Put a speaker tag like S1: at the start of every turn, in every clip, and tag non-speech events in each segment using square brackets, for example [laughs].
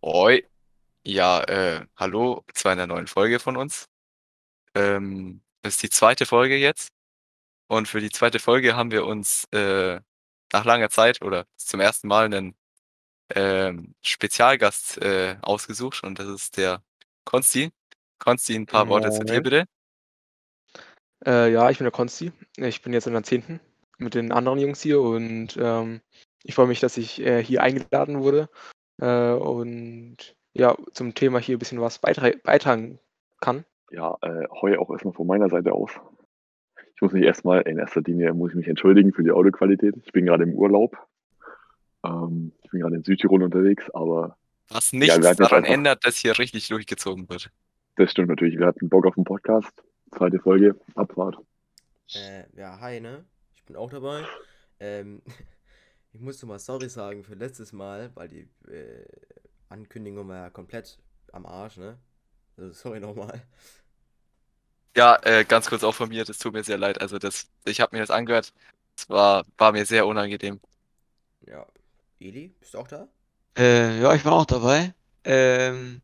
S1: Oi. Ja, äh, hallo zu einer neuen Folge von uns. Ähm, das ist die zweite Folge jetzt. Und für die zweite Folge haben wir uns äh, nach langer Zeit oder zum ersten Mal einen ähm, Spezialgast äh, ausgesucht und das ist der Konsti. Konsti, ein paar Worte zu dir
S2: Moin.
S1: bitte.
S2: Äh, ja, ich bin der Konsti. Ich bin jetzt in der 10. mit den anderen Jungs hier und ähm, ich freue mich, dass ich äh, hier eingeladen wurde äh, und ja, zum Thema hier ein bisschen was beitre beitragen kann.
S3: Ja, äh, heu auch erstmal von meiner Seite aus. Ich muss mich erstmal, in erster Linie muss ich mich entschuldigen für die Audioqualität. Ich bin gerade im Urlaub. Ähm, ich bin gerade in Südtirol unterwegs, aber
S1: Was
S3: wir
S1: nichts
S3: hatten das
S1: daran
S3: einfach.
S1: ändert, dass hier richtig durchgezogen wird.
S3: das stimmt natürlich. Wir hatten Bock auf den Podcast. Zweite Folge, Abfahrt.
S4: Äh, ja, hi, ne? Ich bin auch dabei. Ähm, [laughs] ich musste mal sorry sagen für letztes Mal, weil die äh, Ankündigung war ja komplett am Arsch, ne? Also sorry nochmal.
S1: Ja, äh, ganz kurz auch von mir, das tut mir sehr leid. Also das, ich habe mir das angehört. Es war, war mir sehr unangenehm.
S4: Ja. Eli, bist du auch da?
S5: Äh, ja, ich bin auch dabei. Ähm,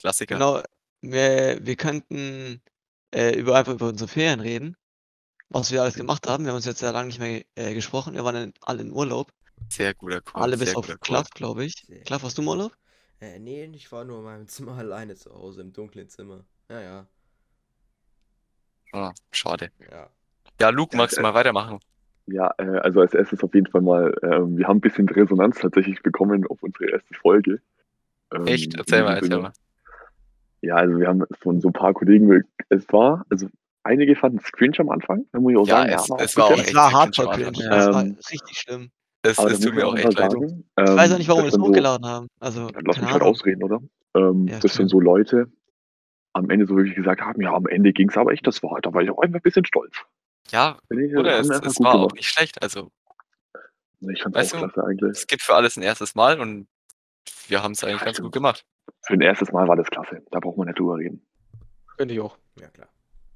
S1: Klassiker.
S5: genau, wir, wir könnten äh, über einfach über unsere Ferien reden, was wir alles gemacht haben. Wir haben uns jetzt sehr lange nicht mehr äh, gesprochen. Wir waren in, alle in Urlaub,
S1: Sehr guter Call,
S5: alle
S1: Oh, sehr
S5: bis auf
S1: guter Call.
S5: Klaff, glaube ich.
S4: Sehr
S5: Klaff,
S4: gut.
S5: warst du im Urlaub?
S4: Äh, nee, ich war nur in meinem [laughs] Zimmer alleine zu Hause, im dunklen Zimmer. Ja, ja,
S1: Ah, schade.
S4: ja.
S1: Ja, Luke,
S3: Ja,
S1: magst du
S3: äh,
S1: mal weitermachen?
S3: Ja, äh, also als erstes auf jeden Fall mal, ähm, wir haben ein bisschen Resonanz tatsächlich bekommen auf unsere erste Folge. Ähm,
S1: Echt?
S3: in
S1: Erzähl
S3: diesem
S1: mal, erzähl
S3: Sinne-
S1: mal.
S3: Ja, also wir haben von so ein paar Kollegen, es war, also einige fanden es cringe am Anfang, da muss ich auch
S1: Ja,
S3: sagen, da
S1: es-
S3: haben wir
S1: es war auch
S3: gekämpft.
S5: Es
S1: echt
S5: war
S1: sehr cringe
S5: hardcore
S1: am
S5: cringe.
S1: Anfang.
S5: Das war
S3: Ähm,
S5: richtig schlimm.
S1: Es,
S3: Aber
S1: es
S3: das
S1: tut mir
S3: muss man
S1: auch
S3: auch
S1: echt
S3: mal
S1: leid.
S3: sagen.
S5: Ich weiß auch
S3: ähm,
S5: nicht, warum
S3: das
S5: wir das
S3: sind so,
S5: hochgeladen haben. Also,
S3: dann [laughs] lass
S5: keine
S3: mich halt
S5: Ahnung.
S3: ausreden, oder? Ähm,
S5: Ja,
S3: das sind
S5: stimmt.
S3: so Leute, am Ende so wirklich gesagt haben, ja, am Ende ging es aber echt, das war, da war ich auch einfach ein bisschen stolz.
S1: Ja,
S3: Nee, das
S1: oder
S3: haben
S1: es,
S3: wir einfach
S1: es
S3: gut
S1: war auch
S3: gemacht.
S1: nicht schlecht. Also,
S3: Ich fand's
S1: weißt
S3: auch
S1: du,
S3: klasse eigentlich.
S1: es gibt für alles ein erstes Mal und wir haben es eigentlich
S3: also
S1: ganz gut gemacht.
S3: Für ein erstes Mal war das klasse, da braucht man nicht drüber reden.
S2: Könnte ich auch.
S4: Ja, klar.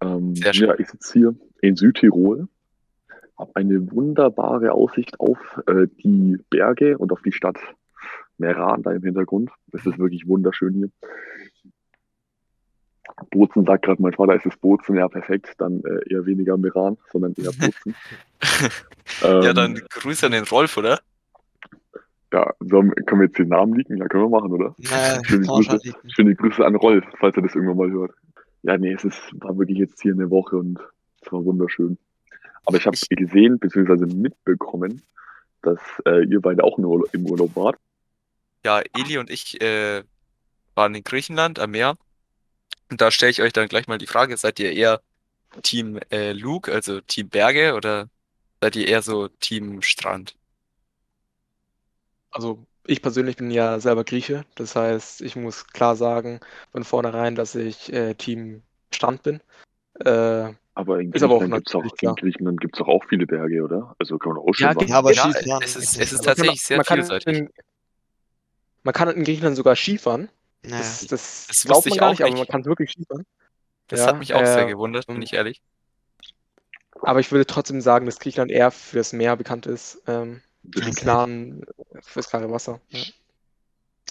S3: Ähm,
S1: Sehr schön.
S3: ja, ich sitze hier in Südtirol, habe eine wunderbare Aussicht auf äh, die Berge und auf die Stadt Meran da im Hintergrund. Das
S1: Mhm.
S3: ist wirklich wunderschön hier. Bozen sagt gerade mein Vater, es ist Bozen, ja perfekt, dann äh, eher weniger Meran, sondern eher Bozen.
S1: [laughs] Ja,
S3: Ähm,
S1: dann Grüße an den Rolf, oder?
S3: Ja, sollen, können wir jetzt den Namen leaken? Ja, können wir machen, oder? [laughs]
S5: Naja, kann
S3: Schöne
S5: man schon
S3: Grüße,
S5: liegen.
S3: schöne Grüße an Rolf, falls er das irgendwann mal hört. Ja, nee, es ist, war wirklich jetzt hier eine Woche und es war wunderschön. Aber ich habe
S1: Ich-
S3: gesehen bzw. mitbekommen, dass äh, ihr beide auch im Urlaub, im Urlaub wart.
S1: Ja, Eli und ich äh, waren in Griechenland am Meer. Und da stelle ich euch dann gleich mal die Frage, seid ihr eher Team äh, Luke, also Team Berge, oder seid ihr eher so Team Strand?
S2: Also ich persönlich bin ja selber Grieche, das heißt, ich muss klar sagen von vornherein, dass ich äh, Team Strand bin. Äh,
S3: Aber in
S2: ist aber auch
S3: Griechenland gibt's
S2: natürlich
S3: auch, in
S2: klar.
S3: Griechenland gibt's doch auch viele Berge, oder? Also kann man auch schön
S2: Ja,
S3: machen.
S5: Ja, aber
S1: Ja,
S5: Skifahren
S1: es ist,
S5: ist
S1: es
S5: nicht
S1: ist
S5: dabei.
S1: tatsächlich sehr
S2: Man kann
S1: vielseitig.
S2: in, man kann in Griechenland sogar Skifahren.
S5: Naja.
S2: Das, das
S1: Das wusste
S2: glaubt man
S1: ich
S2: gar
S1: auch
S2: nicht, aber man
S1: nicht.
S2: kann es wirklich Skifahren.
S1: Das hat
S2: Ja,
S1: mich auch sehr
S2: äh,
S1: gewundert, bin
S2: ähm,
S1: ich ehrlich.
S2: aber ich würde trotzdem sagen, dass Griechenland eher fürs Meer bekannt ist, ähm, für die
S5: Ja,
S3: Das-
S5: safe.
S2: klaren, fürs klare Wasser. Ja.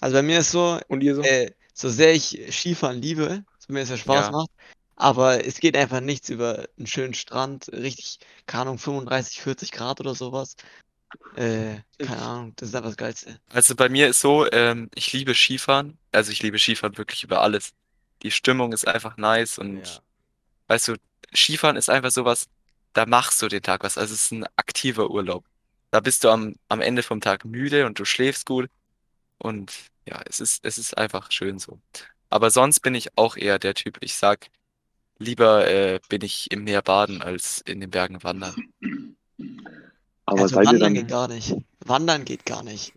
S5: Also bei mir ist so,
S2: Und ihr so?
S5: äh, so sehr ich Skifahren liebe, so mir es ja Spaß
S1: Ja.
S5: macht, aber es geht einfach nichts über einen schönen Strand, richtig, keine Ahnung, 35, 40 Grad oder sowas. Äh, keine Ahnung, das ist einfach das Geilste.
S1: Also bei mir ist so, ähm, ich liebe Skifahren. Also ich liebe Skifahren wirklich über alles. Die Stimmung ist einfach nice und
S4: Ja,
S1: weißt du, Skifahren ist einfach sowas, da machst du den Tag was. Also es ist ein aktiver Urlaub. Da bist du am, am Ende vom Tag müde und du schläfst gut und ja, es ist, es ist einfach schön so. Aber sonst bin ich auch eher der Typ, ich sag, lieber äh, bin ich im Meer baden als in den Bergen wandern.
S3: Aber
S5: Also
S3: seid ihr
S5: wandern geht
S3: dann,
S5: gar nicht. Wandern geht gar nicht.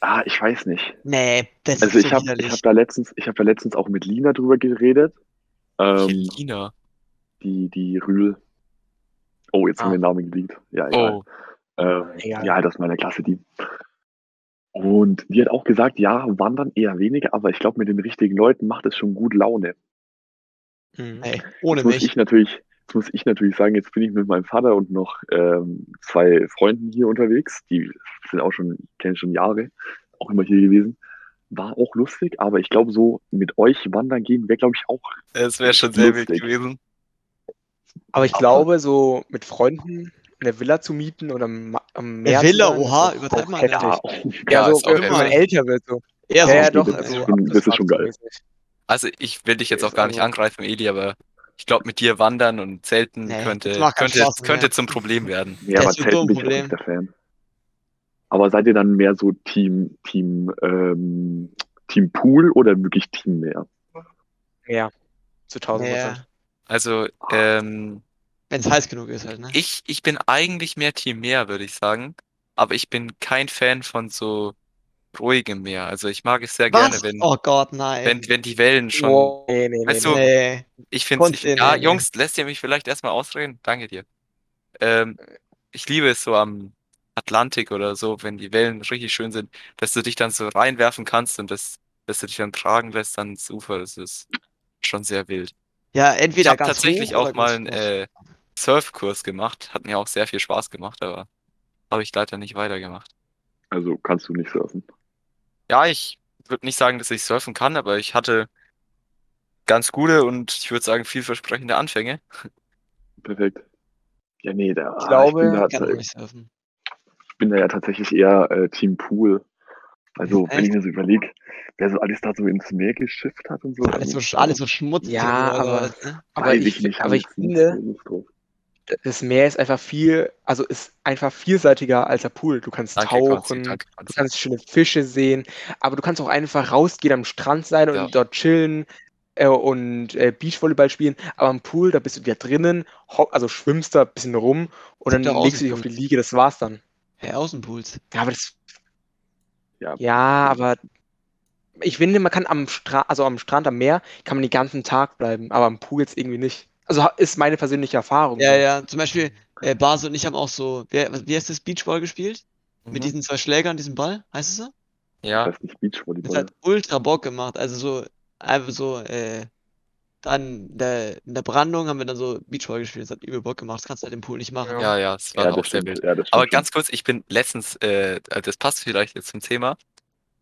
S3: ah, ich weiß nicht.
S5: Nee, das
S3: Also
S5: ist so
S3: ich habe ich
S5: widerlich.
S3: hab da letztens, ich habe da letztens auch mit Lina drüber geredet. Ähm,
S1: Jelina.
S3: die, die Rühl. Oh, jetzt haben wir den Namen geleakt. Ja, egal.
S1: Oh,
S3: Ähm,
S2: Egal.
S3: ja, das ist meine Klasse, die. Und die hat auch gesagt, ja, wandern eher weniger, aber ich glaube, mit den richtigen Leuten macht es schon gut Laune.
S2: Mhm.
S5: Nee, ohne
S3: Jetzt muss ich
S5: mich.
S3: natürlich, jetzt muss ich natürlich sagen, jetzt bin ich mit meinem Vater und noch ähm, zwei Freunden hier unterwegs, die sind auch schon, kennen schon Jahre, auch immer hier gewesen. War auch lustig, aber ich glaube, so mit euch wandern gehen wäre, glaube ich, auch.
S1: Es wäre schon sehr wild
S3: Lustig.
S1: gewesen.
S2: Aber ich
S3: Aber-
S2: glaube, so mit Freunden eine Villa zu mieten oder am, Ma- am Meer. zu
S5: Villa,
S2: sein, ist
S5: oha,
S2: auch
S5: übertreib mal,
S2: heftig.
S5: ja.
S3: [laughs]
S2: Ja,
S1: Ja,
S2: so,
S1: ist auch
S2: wenn man
S5: heftig.
S2: älter wird. So.
S5: Ja, so
S2: ja, ja,
S3: stimmt,
S2: doch.
S3: das ist
S2: Also,
S3: schon- das ist schon geil.
S2: abschlussmäßig.
S1: Also ich will dich jetzt
S2: Ist
S1: auch gar nicht
S2: also-
S1: angreifen, Eli, aber ich glaube, mit dir wandern und zelten
S5: Nee,
S1: könnte,
S5: das macht keinen
S1: könnte,
S5: Spaß mehr.
S1: könnte zum Problem werden.
S3: Ja,
S5: Das
S3: aber
S5: ist so
S3: Zelten
S5: ein
S3: bin ich auch
S5: Problem.
S3: nicht der Fan. Aber seid ihr dann mehr so Team, Team, ähm, Team Pool oder wirklich Team Meer?
S2: Ja, zu 1000 Prozent.
S5: Ja,
S1: Also
S5: Ah.
S1: ähm,
S5: wenn es heiß genug ist halt, ne?
S1: ich, ich bin eigentlich mehr Team Meer, würde ich sagen. Aber ich bin kein Fan von so ruhigem Meer. Also ich mag es sehr gerne,
S5: Was?
S1: wenn,
S5: Oh Gott, nein.
S1: wenn, wenn die Wellen schon.
S2: Wow, nee, nee,
S1: Weißt
S2: nee,
S1: du,
S2: nee.
S5: nee.
S1: Ich finde
S5: Konnt
S1: ich,
S5: ihr
S1: ja,
S5: nicht, ne?
S1: Jungs, lässt ihr mich vielleicht erstmal ausreden? Danke dir. Ähm, ich liebe es so am Atlantik oder so, wenn die Wellen richtig schön sind, dass du dich dann so reinwerfen kannst und das, dass du dich dann tragen lässt ans Ufer. Das ist schon sehr wild.
S5: Ja,
S1: Ich
S5: entweder
S1: habe
S5: ganz
S1: tatsächlich
S5: hoch
S1: auch
S5: oder
S1: mal einen
S5: ganz
S3: Ah,
S5: flach.
S1: äh, Surfkurs gemacht. Hat mir auch sehr viel Spaß gemacht, aber habe ich leider nicht weitergemacht.
S3: Also kannst du nicht surfen.
S1: Ja, ich würde nicht sagen, dass ich surfen kann, aber ich hatte ganz gute und ich würde sagen vielversprechende Anfänge.
S3: Perfekt. Ja, nee, da,
S2: Ich glaube,
S3: bin da,
S5: Ich kann auch
S3: ich
S5: nicht surfen.
S3: bin da ja tatsächlich eher äh, Team Pool. Also, wenn
S5: Echt?
S3: ich mir so überlege, wer so alles da so ins Meer geschifft hat und so.
S5: Alles so, sch- alles so schmutzig.
S2: Ja,
S5: und so,
S2: aber-
S5: alles, ne?
S2: Aber
S3: weiß
S2: ich,
S3: hab
S2: aber ich
S3: jetzt nicht
S2: finde,
S3: so Lust drauf.
S2: das Meer ist einfach viel, also ist einfach vielseitiger als der Pool. Du kannst
S1: Danke, Konzi,
S2: tauchen,
S1: danke,
S2: du
S1: Konzi.
S2: kannst halt schöne Fische sehen, aber du kannst auch einfach rausgehen am Strand sein und
S1: Ja.
S2: dort chillen äh, und äh, Beachvolleyball spielen. Aber am Pool, da bist du wieder drinnen, ho- also schwimmst da ein bisschen rum und
S5: Es
S2: dann
S5: gibt auch
S2: legst du dich auf die
S5: Außenpool.
S2: Liege, das war's dann.
S5: Hey, Außenpools.
S2: Ja, aber das,
S3: Ja.
S2: ja, aber ich finde, man kann am Strand, also am Strand, am Meer, kann man den ganzen Tag bleiben, aber am Pool jetzt irgendwie nicht. Also ha- ist meine persönliche Erfahrung.
S5: Ja,
S2: so.
S5: ja, zum Beispiel, äh, Base und ich haben auch so, wie, wie heißt das, Beachball gespielt?
S1: Mhm.
S5: Mit diesen zwei Schlägern, diesem Ball, heißt es so?
S1: Ja.
S3: Das heißt nicht
S5: Das
S3: Beachvolleyball.
S5: hat ultra Bock gemacht. Also so, einfach so, äh, dann der, in der Brandung haben wir dann so Beachball gespielt. Das hat übel Bock gemacht. Das kannst du halt im Pool nicht machen.
S1: Ja, ja, es war
S3: Ja,
S1: auch
S3: das
S1: sehr wild.
S3: stimmt. Ja, das stimmt
S1: Aber
S3: schon.
S1: ganz kurz, ich bin letztens, äh, das passt vielleicht jetzt zum Thema,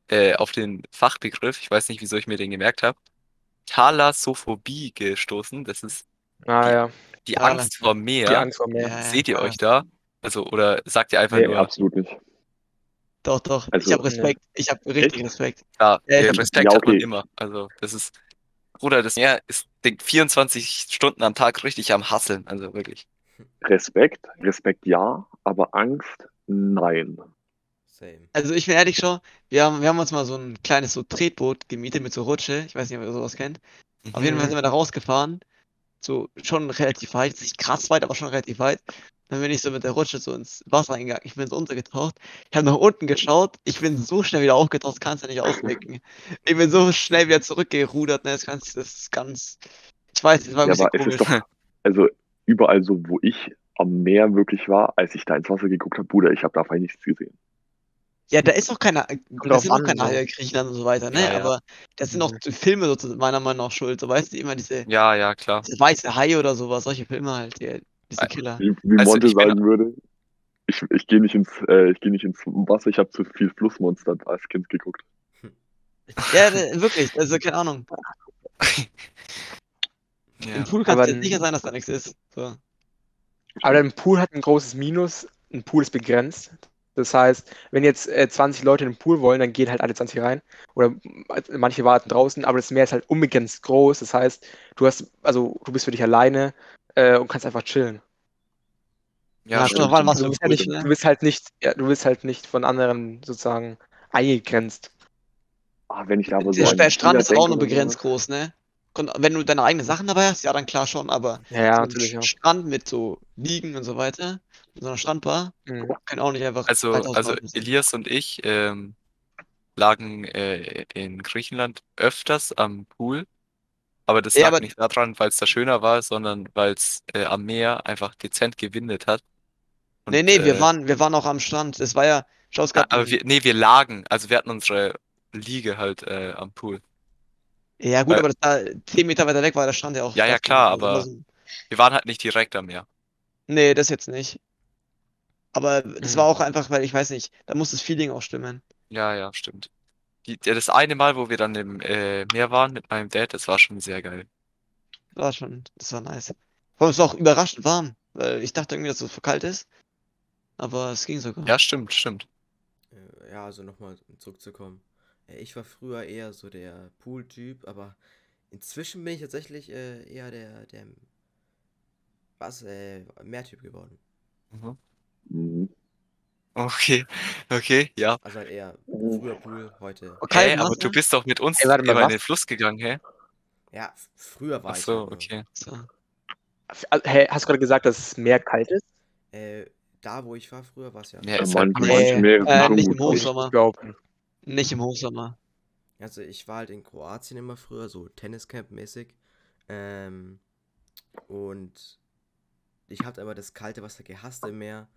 S1: äh, auf den Fachbegriff, ich weiß nicht, wieso ich mir den gemerkt habe, Thalassophobie gestoßen. Das ist
S2: Ah, ja.
S1: die
S5: Thalas-
S1: Angst vor
S2: Die
S1: Meer.
S2: Angst vor
S5: Ja,
S2: Meer.
S5: ja,
S1: Seht ihr
S5: klar.
S1: euch da? Also, oder sagt ihr einfach
S3: Nee,
S1: nur,
S3: absolut nicht.
S5: Doch, doch.
S3: Also-
S5: ich habe Respekt. Ich habe richtig Respekt.
S1: ja,
S5: Äh,
S1: äh,
S5: ich-
S1: Respekt
S3: ja,
S1: hat man
S3: okay.
S1: immer. Also, das ist, Bruder, das Meer ist den 24 Stunden am Tag richtig am Hasseln. Also wirklich.
S3: Respekt, Respekt ja, aber Angst nein.
S4: Same.
S5: Also ich bin ehrlich schon, wir haben, wir haben uns mal so ein kleines so Tretboot gemietet mit so Rutsche. Ich weiß nicht, ob ihr sowas kennt. Auf jeden Fall sind wir da rausgefahren. So schon relativ weit, nicht krass weit, aber schon relativ weit. Dann bin ich so mit der Rutsche so ins Wasser eingegangen. Ich bin so untergetaucht. Ich habe nach unten geschaut. Ich bin so schnell wieder aufgetaucht, kannst du nicht ausblicken. Ich bin so schnell wieder zurückgerudert. Ne? Das, kannst, das ist ganz. Ich weiß, das war ein
S3: Ja,
S5: bisschen
S3: aber es ist
S5: komisch.
S3: doch, also überall so, wo ich am Meer wirklich war, als ich da ins Wasser geguckt habe, Bruder, ich habe da einfach nichts gesehen.
S5: Ja, da ist auch keine,
S2: drauf
S5: das sind auch
S2: an,
S5: keine
S2: so.
S5: Haie Griechenland und so weiter, ne?
S1: Ja, ja.
S5: Aber das sind auch
S2: Mhm.
S5: so Filme so zu meiner Meinung nach schuld. So weißt du immer diese,
S1: Ja, ja, klar.
S5: diese weiße Haie oder sowas, solche Filme halt, die, die sind Killer.
S3: Wie, wie
S1: Also,
S3: Monte
S1: ich bin-
S3: sagen würde, ich, ich gehe nicht, ins, äh, ich geh nicht ins Wasser, ich habe zu viel Flussmonster als Kind geguckt.
S5: Ja, da- wirklich, also keine Ahnung. Im
S1: Ja.
S5: Pool kannst
S2: Aber
S5: du dir
S2: n-
S5: sicher sein, dass da nichts ist. So.
S2: Aber ein Pool hat ein großes Minus. Ein Pool ist begrenzt. Das heißt, wenn jetzt äh, 20 Leute in den Pool wollen, dann gehen halt alle 20 rein. Oder m- manche warten draußen, aber das Meer ist halt unbegrenzt groß. Das heißt, du hast, also du bist für dich alleine äh, und kannst einfach chillen.
S1: Ja,
S5: Ja,
S1: stimmt.
S5: doch, wann warst
S2: Du
S5: du im
S2: bist, ja
S5: Pool?
S2: nicht,
S5: ne?
S2: du bist halt nicht, ja, du bist halt nicht von anderen sozusagen eingegrenzt.
S3: Ah, wenn ich da aber so
S5: Der
S3: an
S5: Sta-
S3: die
S5: Strand
S3: Kinder
S5: ist auch
S3: denk oder
S5: nur begrenzt
S3: sowas.
S5: groß, ne? Und wenn du deine eigenen Sachen dabei hast, ja, dann klar schon, aber
S2: Ja, ja,
S5: so ein
S2: natürlich. Ja.
S5: Sch- Strand mit so Liegen und so weiter, mit so einer Strandbar,
S2: Mhm.
S5: kann auch nicht einfach
S1: Also,
S5: 2000
S1: also
S5: Leute sein.
S1: Elias und ich ähm, lagen äh, in Griechenland öfters am Pool, aber das
S5: Ja,
S1: lag
S5: aber-
S1: nicht daran, weil es da schöner war, sondern weil es äh, am Meer einfach dezent gewindet hat. Und,
S5: Nee, nee, wir
S1: äh,
S5: waren, wir waren auch am Strand. Es war ja, schau, es gab
S1: aber
S5: diesen-
S1: wir, nee, wir lagen, also wir hatten unsere Liege halt äh, am Pool.
S5: Ja, gut,
S1: äh,
S5: aber das da, 10 Meter weiter weg war der Strand ja auch.
S1: Ja, ja,
S5: trotzdem.
S1: klar,
S5: Also
S1: aber-
S5: müssen-
S1: Wir waren halt nicht direkt am Meer.
S5: Nee, das jetzt nicht. Aber das
S1: Hm.
S5: war auch einfach, weil ich weiß nicht, da muss das Feeling auch stimmen.
S1: Ja, ja, stimmt. die, der- das eine Mal, wo wir dann im äh, Meer waren mit meinem Dad, das war schon sehr geil.
S5: War schon, das war nice. Vor allem es war auch überraschend warm, weil ich dachte irgendwie, dass es kalt ist. Aber es ging sogar.
S1: Ja, stimmt, stimmt.
S4: Äh, Ja, also nochmal zurückzukommen. Äh, Ich war früher eher so der Pool-Typ, aber inzwischen bin ich tatsächlich äh, eher der, der was, äh, Meer-Typ geworden.
S1: Mhm.
S3: Mhm.
S1: Okay, okay, ja.
S4: Also halt eher
S3: Oh.
S4: früher Pool, heute.
S5: Kalt
S1: Hä,
S5: im
S1: aber
S5: Wasser?
S1: du bist doch mit uns
S5: Ey, warte mal,
S1: immer in
S5: was?
S1: den Fluss gegangen, hä?
S4: Ja, f- früher war
S1: Ach
S4: ich.
S1: so,
S4: halt nur.
S1: okay.
S5: So.
S2: Also, hä, hast du gerade gesagt, dass es mehr kalt ist?
S4: Äh, da, wo ich war früher, war es ja.
S1: Ja,
S3: Äh,
S1: ist
S3: man,
S1: halt
S2: nee.
S1: cool.
S3: manche Meere
S5: Äh,
S3: sind
S5: nicht
S3: schon
S5: im
S3: gut.
S5: Hochsommer.
S2: Ich glaube.
S5: Nicht im Hochsommer.
S4: Also ich war halt in Kroatien immer früher, so Tenniscamp-mäßig. Ähm, und ich habe aber das kalte Wasser gehasst im Meer.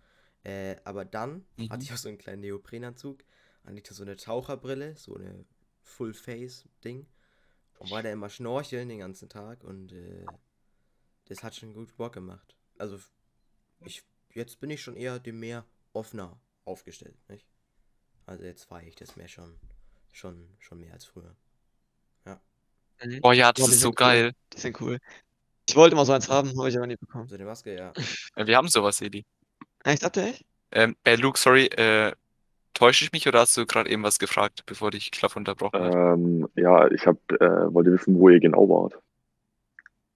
S4: Äh, aber dann
S1: Mhm.
S4: hatte ich auch so einen kleinen Neoprenanzug. Dann hatte ich so eine Taucherbrille, so eine Full-Face-Ding. Und war da immer schnorcheln den ganzen Tag und äh, das hat schon gut Bock gemacht. Also ich, jetzt bin ich schon eher dem Meer offener aufgestellt, nicht? Also jetzt feiere ich das Meer schon, schon, schon mehr als früher.
S1: Boah, ja,
S5: Ja,
S1: das
S5: die
S1: ist so
S5: sind cool.
S1: geil.
S5: Die sind cool. Ich wollte mal so eins haben, habe ich aber nie bekommen.
S4: So eine Maske, ja.
S1: Äh, Wir haben sowas, Edi.
S5: Echt, habt ihr echt?
S1: Ähm, äh, Luke, sorry, äh, täusche ich mich oder hast du gerade eben was gefragt, bevor dich Klapp unterbrochen hat?
S3: Ähm, ja, ich hab, äh, wollte wissen, wo ihr genau wart.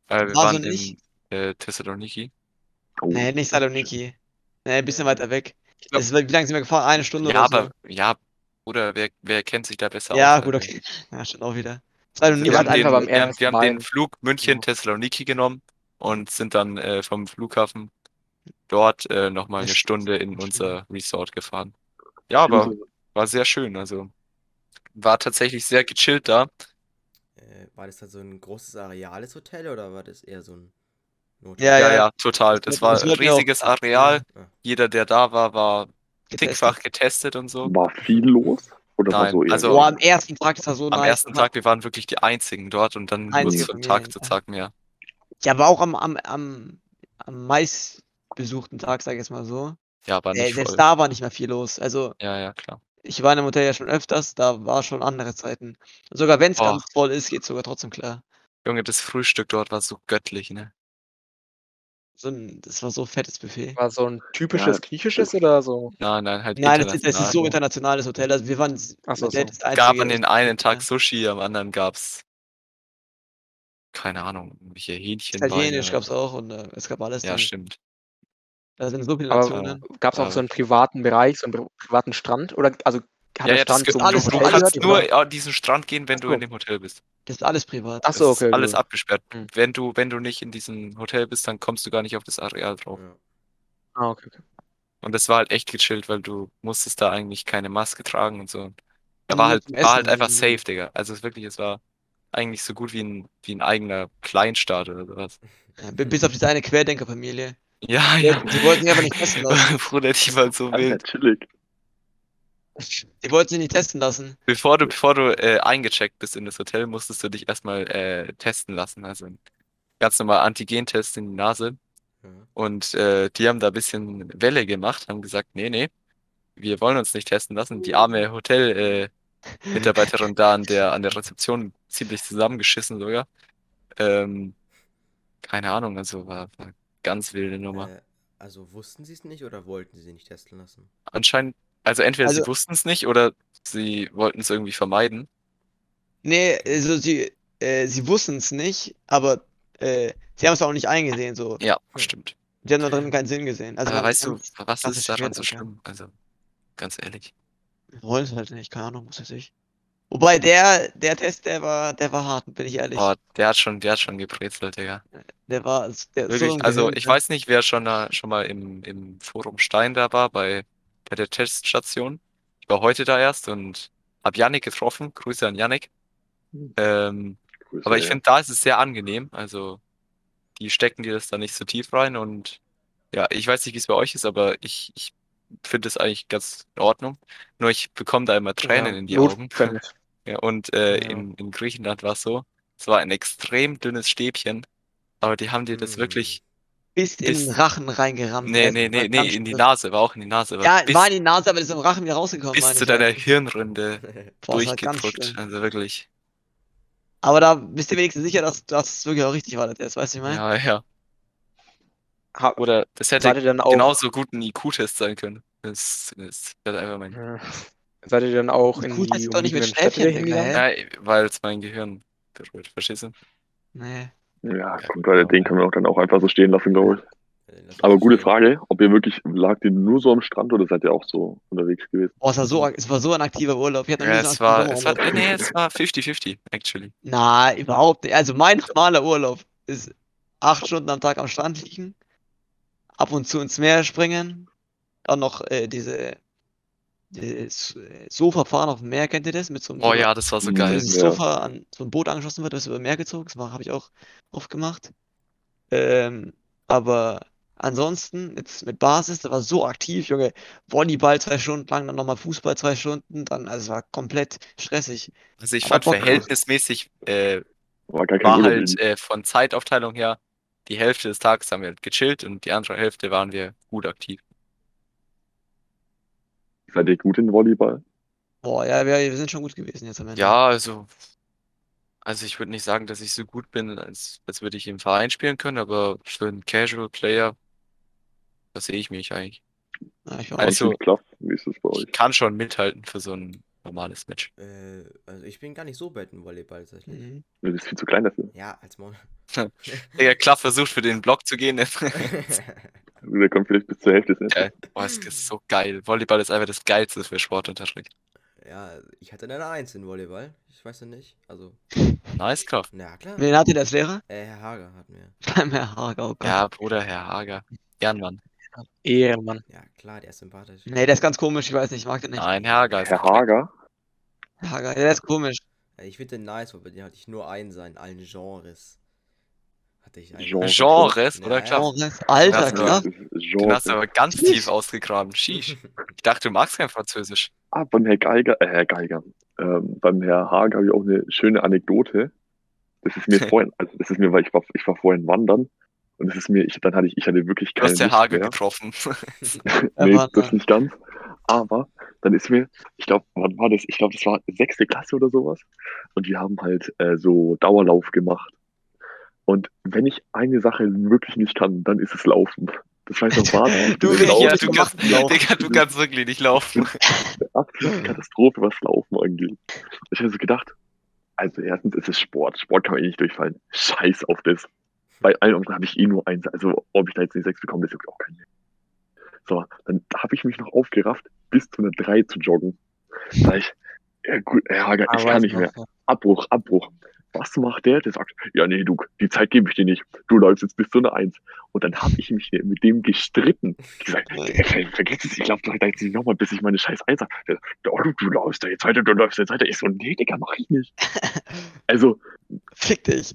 S1: Äh, wir
S5: war so
S1: waren
S5: nicht.
S1: in äh, Thessaloniki.
S3: Oh,
S5: Nee, nicht Saloniki. Nee, ein bisschen weiter weg.
S2: glaub-
S5: Das ist, wie lange sind wir gefahren? Eine Stunde
S1: Ja,
S5: oder so.
S1: aber, ja, oder wer, wer kennt sich da besser
S5: Ja,
S1: aus?
S5: gut,
S1: Also,
S5: okay. [laughs] Ja, stimmt auch wieder.
S1: also
S5: Saloniki
S2: Ihr
S1: wir
S2: wart
S1: haben
S2: einfach
S1: den,
S2: beim
S1: wir haben,
S2: ersten
S1: wir haben den
S2: Mal.
S1: Flug München,
S2: Ja.
S1: Thessaloniki genommen und sind dann äh, vom Flughafen dort äh, nochmal eine
S5: Eine
S1: Stunde in
S5: Stunde.
S1: unser Resort gefahren. Ja, aber war sehr schön. Also war tatsächlich sehr gechillt da.
S4: Äh, war das dann so ein großes areales Hotel oder war das eher so ein Not
S5: Ja,
S1: Ja,
S5: ja.
S1: ja, total. Das
S5: Das
S1: war
S5: wollten
S1: ein
S5: wir auch
S1: riesiges
S5: machen.
S1: Areal.
S4: Ah,
S1: Jeder, der da war, war
S5: getestet.
S1: dickfach getestet und so.
S3: War viel los? Oder war
S1: Nein,
S3: so eher
S1: also-
S5: Boah, am ersten Tag, das war so
S1: Am
S5: nice.
S1: ersten Tag, wir waren wirklich die Einzigen dort und dann wurde
S5: Einzige
S1: es von
S5: Familie,
S1: Tag zu
S5: ja.
S1: Tag mehr.
S5: Ja, aber auch am, am, am, am meist besuchten Tag, sag ich jetzt mal so.
S1: Ja, aber
S5: Äh,
S1: nicht
S5: selbst
S1: voll.
S5: da war nicht mehr viel los. Also,
S1: Ja, ja, klar.
S5: ich war in einem Hotel ja schon öfters, da war schon andere Zeiten. Sogar wenn es
S1: Boah.
S5: ganz voll ist, geht sogar trotzdem klar.
S1: Junge, das Frühstück dort war so göttlich, ne?
S5: So ein, das war so fettes Buffet.
S2: War so ein typisches
S3: Ja.
S2: griechisches oder so?
S1: Nein, nein, halt
S5: Nein, das ist, das ist so ein
S1: international.
S5: internationales Hotel. Also, wir waren
S2: Ach so,
S5: mein Dad
S2: so.
S5: ist der
S1: Gab
S5: einzige-
S1: an den einen Tag Sushi, am anderen gab's keine Ahnung, irgendwelche Hähnchenbeine.
S5: Italienisch gab es auch und äh, es gab alles.
S1: Ja,
S5: da.
S1: stimmt.
S5: Da sind so viele
S2: Aber-
S5: Nationen.
S2: Gab es auch
S1: Aber-
S2: so einen privaten Bereich, so einen pri- privaten Strand? Oder also
S1: ja,
S2: hat der
S1: ja, das
S2: Strand
S1: gibt
S2: so
S5: alles-
S1: du, du
S2: ein
S5: alles
S2: Hotel
S1: kannst
S2: gehört,
S1: nur
S2: oder?
S1: an diesen Strand gehen, wenn
S2: Ach
S1: du
S2: so.
S1: in dem Hotel bist.
S5: Das ist alles privat.
S2: Ach
S1: Das
S2: so,
S1: ist
S2: okay,
S1: alles
S2: gut.
S1: abgesperrt.
S2: Hm.
S1: Wenn du, wenn du nicht in diesem Hotel bist, dann kommst du gar nicht auf das Areal drauf.
S4: ja.
S2: Ah, okay, okay.
S1: Und das war halt echt gechillt, weil du musstest da eigentlich keine Maske tragen und so. Da
S5: Und
S1: war
S5: nur
S1: halt,
S5: zum
S1: war halt
S5: Essen,
S1: einfach
S5: ja.
S1: safe, Digga. Also es wirklich, es war eigentlich so gut wie ein, wie ein eigener Kleinstaat oder sowas. [laughs]
S5: Ja, bi- bis auf diese eine Querdenkerfamilie.
S1: Ja,
S5: Die
S1: ja.
S5: wollten- die wollten mich aber nicht testen lassen.
S1: [laughs] Bruder, die waren so
S3: Alter,
S1: wild.
S3: chillig.
S5: Die wollten sich nicht testen lassen.
S1: Bevor du, bevor du äh, eingecheckt bist in das Hotel, musstest du dich erstmal äh, testen lassen. Also ein ganz normal Antigentest in die Nase.
S4: ja.
S1: Und äh, die haben da ein bisschen Welle gemacht, haben gesagt, nee, nee, wir wollen uns nicht testen lassen. Die arme Hotel, äh, Mitarbeiterin da an der, an der Rezeption ziemlich zusammengeschissen sogar. Ähm, keine Ahnung, also war, war ganz wilde Nummer.
S4: Äh, also wussten sie es nicht oder wollten sie nicht testen lassen?
S1: Anscheinend, also entweder sie
S5: Also-
S1: wussten es nicht oder sie wollten es irgendwie vermeiden.
S5: Nee, also sie, äh, sie wussten es nicht, aber äh, sie haben es auch nicht eingesehen. So.
S1: Ja,
S4: Hm.
S1: stimmt.
S5: Die haben da drin keinen Sinn gesehen. Also
S1: Aber
S5: man-
S1: weißt du,
S5: man-
S1: was
S5: ganz
S1: ist daran so
S5: schwer,
S1: schlimm? Also, ganz ehrlich.
S5: wir wollen es halt nicht, keine Ahnung, was weiß ich. Wobei der, der Test, der war, der war hart, bin ich ehrlich.
S1: Boah, der hat schon, der hat schon gebrezelt, Digga.
S5: Der war, der ist so
S1: Wirklich,
S5: im
S1: also
S5: Gehirn ne?
S1: ich
S5: drin.
S1: weiß nicht, wer schon, da, schon mal im, im Forum Stein da war, bei, bei der Teststation. Ich war heute da erst und hab Yannick getroffen. Grüße an Yannick.
S5: Hm.
S1: Ähm,
S3: Grüße,
S1: aber ich
S3: ja.
S1: finde, da ist es sehr angenehm. Also, die stecken dir das da nicht so tief rein und ja, ich weiß nicht, wie es bei euch ist, aber ich, ich finde das eigentlich ganz in Ordnung. Nur ich bekomme da immer
S5: Genau.
S1: Tränen in die Augen. [laughs]
S2: Notwendig.
S1: Ja, und äh,
S5: Ja.
S1: in, in Griechenland war es so, es war ein extrem dünnes Stäbchen, aber die haben dir das
S4: Hm. [laughs]
S1: wirklich
S5: bis in den
S1: Bis-
S5: Rachen reingerammt.
S1: Nee,
S5: weißt
S1: nee,
S5: du,
S1: nee,
S5: verdammt
S1: nee, in die
S5: schlimm.
S1: Nase, war auch in die Nase. war
S5: Ja,
S1: bis,
S5: war in die Nase, aber das ist im Rachen wieder rausgekommen.
S1: bis
S5: meine
S1: zu
S5: ich, ja.
S1: deiner Hirnrinde
S4: Äh,
S5: Boah, das war ganz
S1: durchgedrückt.
S5: schlimm.
S1: Also wirklich.
S5: Aber da bist du wenigstens sicher, dass das wirklich auch richtig war, das erst, weißt du, was ich meine?
S1: Ja, ja.
S2: Ha-
S1: Oder das hätte
S2: Seid ihr dann auch,
S1: genauso gut ein IQ-Test sein können. Das, das wäre einfach mein.
S2: Äh, [laughs] seid ihr dann auch in
S5: Cool, das
S2: die
S5: ist doch nicht mit
S2: umliegenden Städte
S5: Stäbchen, Digga,
S2: hingegangen?
S5: hä?
S1: Ja, weil es mein Gehirn berührt, verstehst du?
S5: Nee.
S3: Ja, gut, Leute, den können wir auch dann auch einfach so stehen lassen, glaube ich.
S4: Äh, lass
S3: Aber
S4: mich
S3: gute
S4: stehen.
S3: Frage, ob ihr wirklich, lag ihr nur so am Strand oder seid ihr auch so unterwegs gewesen?
S5: Boah, es war so, es war so ein aktiver Urlaub. Ich hatte noch
S1: Mhm. Ja,
S5: nie so
S1: es
S5: einen
S1: war,
S5: aktiven
S1: es war, äh,
S5: Urlaub.
S1: nee, es war 50-50, actually.
S5: Na, überhaupt nicht. Also mein normaler Urlaub ist acht Stunden am Tag am Strand liegen, ab und zu ins Meer springen, dann noch äh, diese, dieses äh, Sofa fahren auf dem Meer, kennt ihr das? Mit so einem
S1: Oh ja, das war so
S3: Mhm.
S5: wenn
S1: geil.
S5: dieses
S3: Ja.
S5: Sofa an so ein Boot angeschossen wird, das über Meer gezogen. Das habe ich auch oft gemacht. Ähm, aber ansonsten, jetzt mit Basis, der war so aktiv, Junge. Volleyball zwei Stunden lang, dann nochmal Fußball zwei Stunden, dann, also es war komplett stressig.
S1: Also ich
S5: Aber
S1: fand
S5: Bock drauf.
S1: verhältnismäßig, äh,
S3: War gar kein
S1: war
S3: Urlaub
S1: halt äh, von Zeitaufteilung her, die Hälfte des Tages haben wir halt gechillt und die andere Hälfte waren wir gut aktiv.
S3: irgendwie. Seid ihr gut in Volleyball?
S5: Boah, ja, wir, wir sind schon gut gewesen jetzt am Ende.
S1: Ja, also, also ich würde nicht sagen, dass ich so gut bin, als, als würde ich im Verein spielen können, aber für einen Casual Player, da sehe ich mich eigentlich.
S5: Ja, ich war
S1: Also-
S3: Anziehend Klaff, wie ist es bei
S1: Ich
S3: euch?
S1: kann schon mithalten für so ein normales Match.
S4: Äh, also ich bin gar nicht so bad im Volleyball
S5: auch.
S4: tatsächlich.
S5: Mhm.
S3: Du bist viel zu klein dafür.
S4: Ja, als Maul.
S1: Digga, Klaff versucht für den Block zu gehen. [laughs]
S3: Der kommt vielleicht bis zur Hälfte des Netzes.
S1: Geil. Boah, es ist so geil. Volleyball ist einfach das Geilste für Sportunterricht.
S4: [laughs] ja, ich hatte eine Eins in Volleyball. Ich weiß ja nicht. Also,
S1: Nice, Klaff.
S4: na klar.
S5: Wen hattet ihr als Lehrer? [laughs]
S4: Äh, Herr Hager hatten wir.
S5: Beim Herr Hager, oh Gott.
S1: Ja, Bruder, Herr Hager. Ehrenmann.
S2: Ehrenmann.
S4: Ja, klar, der ist sympathisch.
S5: Nee, der ist ganz komisch, ich weiß nicht, ich mag den nicht.
S1: Nein, Herr Hager ist
S3: Herr
S1: perfekt.
S3: Hager?
S1: Ah.
S5: Herr Hager, der ist komisch.
S4: Äh, Ich finde den nice, weil bei dem hatte ich nur einen sein, allen Genres. Hatte ich einen.
S3: Genre.
S1: Genres,
S4: Ja,
S1: oder
S4: ja.
S1: Klaff?
S5: Genres. ne? Alter,
S1: Das ist-
S5: klar.
S1: Den
S3: Genre.
S1: hast du aber ganz tief ausgegraben. Sheesh. Ich dachte, du magst kein Französisch.
S3: Ah, beim Herr Geiger, äh, Herr Geiger, ähm, beim Herr Haag habe ich auch eine schöne Anekdote. Das ist
S1: [laughs]
S3: mir vorhin, also das ist mir, weil ich war, ich war vorhin wandern und das ist mir, ich, dann hatte ich, ich hatte wirklich
S1: Du
S3: keine
S1: hast Herr
S3: Lust
S1: Hager
S3: Äh, mehr.
S1: getroffen. [laughs]
S3: Nee,
S5: Aber-
S3: das nicht ganz. Aber dann ist mir, ich glaube, wann war das? Ich glaube, das war sechste Klasse oder sowas. Und wir haben halt äh, so Dauerlauf gemacht. Und wenn ich eine Sache wirklich nicht kann, dann ist es Laufen. Das weiß noch wahnsinnig.
S5: Du,
S3: dieses
S5: ich-
S1: Digga,
S5: ja,
S1: Genau,
S3: Laufen,
S1: du
S5: ich
S1: kannst,
S5: mach Lauf.
S1: Digga, du kannst wirklich nicht laufen.
S3: eine absolute Katastrophe, was Laufen angeht. Ich habe so gedacht, also erstens ist es Sport. Sport kann man eh nicht durchfallen. Scheiß auf das. Bei allen anderen habe ich eh nur eins. Also ob ich da jetzt eine 6 bekomme, das juckt auch keinen. So, dann habe ich mich noch aufgerafft, bis zu einer 3 zu joggen. Da ich, ja gut, Herr Hager,
S2: Ah,
S3: ich kann nicht mehr. Abbruch, Abbruch. Was macht der? Der sagt, ja nee, du, die Zeit gebe ich dir nicht. Du läufst jetzt bis zu einer 1. Und dann habe ich mich mit dem gestritten. Ich gesagt, "Ey, ver- vergiss es, ich laufe doch jetzt nicht nochmal, bis ich meine scheiß Eins habe. Der, "Ja, du, du läufst da jetzt weiter, du läufst da jetzt weiter. Ich so, nee, Digga, mach ich nicht. Also,
S5: [laughs] Fick dich.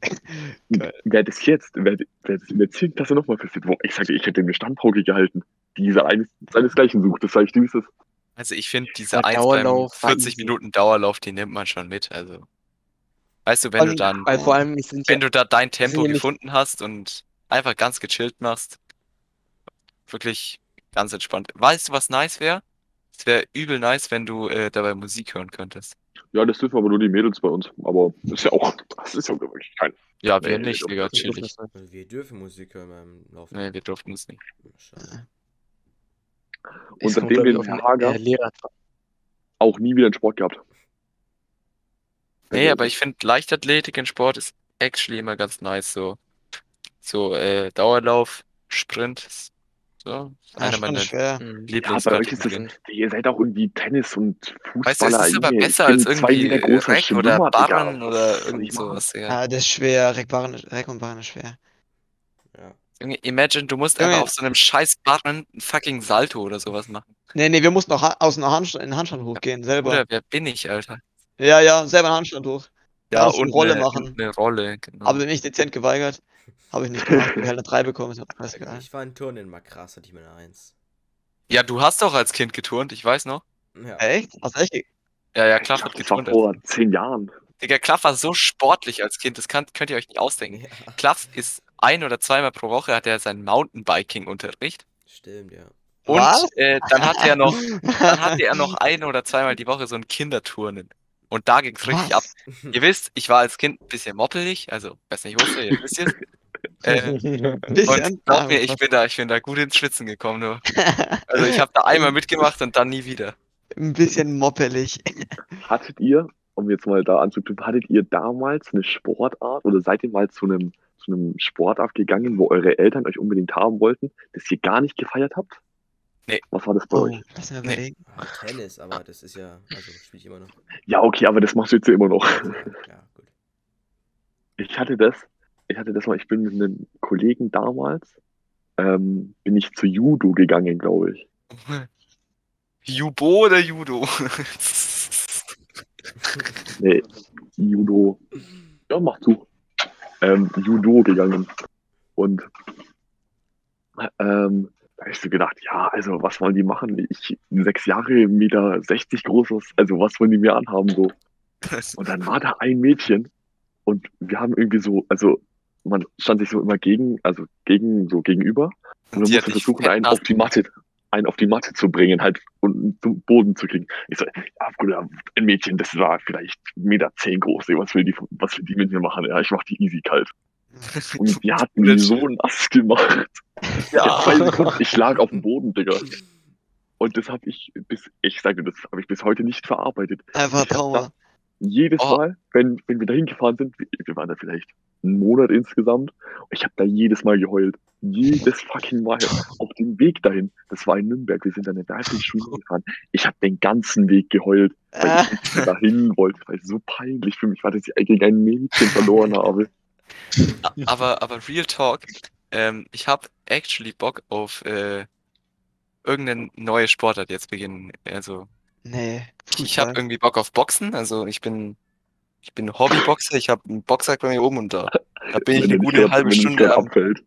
S3: Wäre das jetzt, wäre wär das in der 10. Klasse nochmal passiert, boah, ich sagte, ich hätte mir Standpauke gehalten. Dieser eines, seinesgleichen sucht, das sage ich dir, wie es ist.
S1: Also ich finde, diese
S2: Ja,
S1: eins beim
S2: Dauerlauf war
S1: 40
S2: easy.
S1: Minuten Dauerlauf, die nimmt man schon mit. Also, weißt du, wenn du
S5: Und-
S1: dann,
S2: Weil vor allem, die sind ja,
S1: wenn du da dein Tempo
S2: sind ja halt- Also, nicht-
S1: gefunden hast und einfach ganz gechillt machst, wirklich ganz entspannt. Weißt du, was nice wäre? Es wäre übel nice, wenn du äh, dabei Musik hören könntest.
S3: Ja, das dürfen aber nur die Mädels bei uns. Aber das ist ja auch, das ist ja wirklich kein.
S1: Ja, wir
S3: Nee,
S1: nicht,
S3: doch,
S1: Digga,
S3: das ist
S1: chillig.
S4: Also wir dürfen Musik hören beim Laufen.
S1: Nee, wir durften es nicht.
S4: Schade.
S3: Und
S2: es kommt,
S3: seitdem
S2: glaub ich,
S3: den
S2: auf den,
S3: Hager-
S2: äh, Lehrer drauf.
S3: Auch nie wieder einen Sport gehabt.
S1: Nee, aber ich finde Leichtathletik in Sport ist actually immer ganz nice. So, so äh, Dauerlauf, Sprint, so. Ist
S5: Ja,
S1: einer
S5: schon
S1: meiner
S5: schwer.
S1: Hm.
S2: Mhm.
S3: Ah, Ja, bei euch ist das,
S1: Lieblingskategorien.
S3: ihr seid auch irgendwie Tennis und Fußballer.
S1: Weißt du, es ist aber
S3: Junge, ich
S1: besser
S3: bin
S1: als
S3: ein zwei
S1: irgendwie
S3: Meter großer
S1: Reck oder
S3: Schwimmer, Digga.
S1: Barren
S3: Was
S1: oder
S3: soll
S1: irgend
S3: ich machen?
S1: sowas, ja.
S5: Ja, Ah, das ist schwer. Reck, Barren, Reck und Barren ist schwer.
S4: Ja.
S1: Junge, imagine, du musst
S5: Junge.
S1: einfach auf so einem scheiß Barren ein fucking Salto oder sowas machen.
S5: Nee, nee, wir mussten auch ha- aus einer Handstand, in den Handstand hochgehen, selber.
S1: Oder wer bin ich, Alter?
S5: Ja, ja, selber einen Handstand hoch. Ja, musst du eine
S1: und
S5: Rolle
S1: eine,
S5: machen.
S1: und eine Rolle, genau.
S5: Habe mich dezent geweigert. Habe ich nicht
S1: [laughs]
S5: gemacht. Ich habe eine 3 bekommen. Ist mir alles egal.
S4: Ich war in Turnen mal krass, hatte ich meine Eins.
S1: Ja, du hast doch als Kind geturnt, ich weiß noch.
S4: Ja.
S1: Äh,
S5: Echt? Hast du echt? ge-
S1: Ja, ja, Klaff
S3: Ich
S1: hat
S3: glaub, das war
S1: geturnt. als-
S3: vor zehn Jahren.
S1: Digga, Klaff war so sportlich als Kind, das kann, könnt ihr euch nicht ausdenken.
S4: Ja.
S1: Klaff ist ein oder zweimal pro Woche hat er seinen Mountainbiking-Unterricht.
S4: Stimmt, ja.
S1: Und
S5: Was?
S1: äh, dann hatte er noch, dann hatte er
S5: [laughs]
S1: noch ein oder zweimal die Woche so ein Kinderturnen. Und da ging's
S5: [laughs]
S1: richtig ab.
S5: Was?
S1: Ihr wisst, ich war als Kind ein bisschen moppelig, also weiß nicht, wusste, ihr wisst
S5: [laughs]
S1: jetzt. Äh,
S5: Bisschen. Ah,
S1: und glaub mir, ich bin da, ich bin da gut ins Schwitzen gekommen.
S5: [laughs]
S1: Du. Also ich habe da einmal mitgemacht und dann nie wieder.
S5: Ein bisschen moppelig.
S3: Hattet ihr, um jetzt mal da anzuknüpfen, hattet ihr damals eine Sportart oder seid ihr mal zu einem, zu einem Sportart gegangen, wo eure Eltern euch unbedingt haben wollten, das ihr gar nicht gefeiert habt?
S1: Nee.
S3: Was war das bei
S5: Oh,
S3: euch?
S5: lass mir
S1: Nee.
S5: überlegen.
S4: Ah, Tennis, aber das ist ja, also spiele ich immer noch.
S3: Ja, okay, aber das machst du jetzt ja immer noch.
S4: Ja, gut.
S3: Ich hatte das, ich hatte das mal, ich bin mit einem Kollegen damals, ähm, bin ich zu Judo gegangen, glaube ich.
S1: Jubo oder Judo? [laughs]
S3: Nee, Judo. Ja, mach zu. Ähm, Judo gegangen. Und ähm, da hab ich so gedacht, ja, also was wollen die machen? Ich sechs Jahre, Meter 60 großes, also was wollen die mir anhaben so? Und dann war Also, da ein Mädchen und wir haben irgendwie so, also man stand sich so immer gegen, also gegen, so gegenüber. Und man
S1: Die hat
S3: musste
S1: dich
S3: versuchen, einen
S1: fett
S3: auf die Matte, einen auf die Matte zu bringen, halt und zum Boden zu kriegen. Ich so, ja, gut, ein Mädchen, das war vielleicht 1,10 Meter zehn groß, ey, was will die, was will die mit mir machen? Ja, ich mach die easy kalt. Und die hat mich so nass gemacht. Ja, zwei Sekunden, ich lag auf dem Boden, Digga. Und das habe ich bis, ich sage, das habe ich bis heute nicht verarbeitet.
S1: [laughs]
S5: Einfach Trauma.
S3: Jedes
S1: Oh.
S3: Mal, wenn, wenn wir da hingefahren sind, wir, wir waren da vielleicht einen Monat insgesamt, ich habe da jedes Mal geheult. Jedes fucking Mal. Auf dem Weg dahin, das war in Nürnberg, wir sind dann in der Schule
S1: [laughs]
S3: gefahren. Ich habe den ganzen Weg geheult, weil
S5: Ah,
S3: ich nicht dahin wollte, weil es so peinlich für mich war, dass ich gegen ein Mädchen verloren habe.
S1: aber, aber Real Talk, ähm, ich habe actually Bock auf äh, irgendeine neue Sportart jetzt beginnen. Also
S5: nee.
S1: ich habe irgendwie Bock auf Boxen. Also ich bin, ich bin Hobbyboxer. Ich habe einen Boxsack bei mir oben und da, da [laughs] bin ich
S3: Wenn
S1: eine
S3: er nicht
S1: gute
S3: gerade-
S1: halbe
S3: wenn er nicht
S1: Stunde
S3: gerade
S1: am,
S3: abfällt.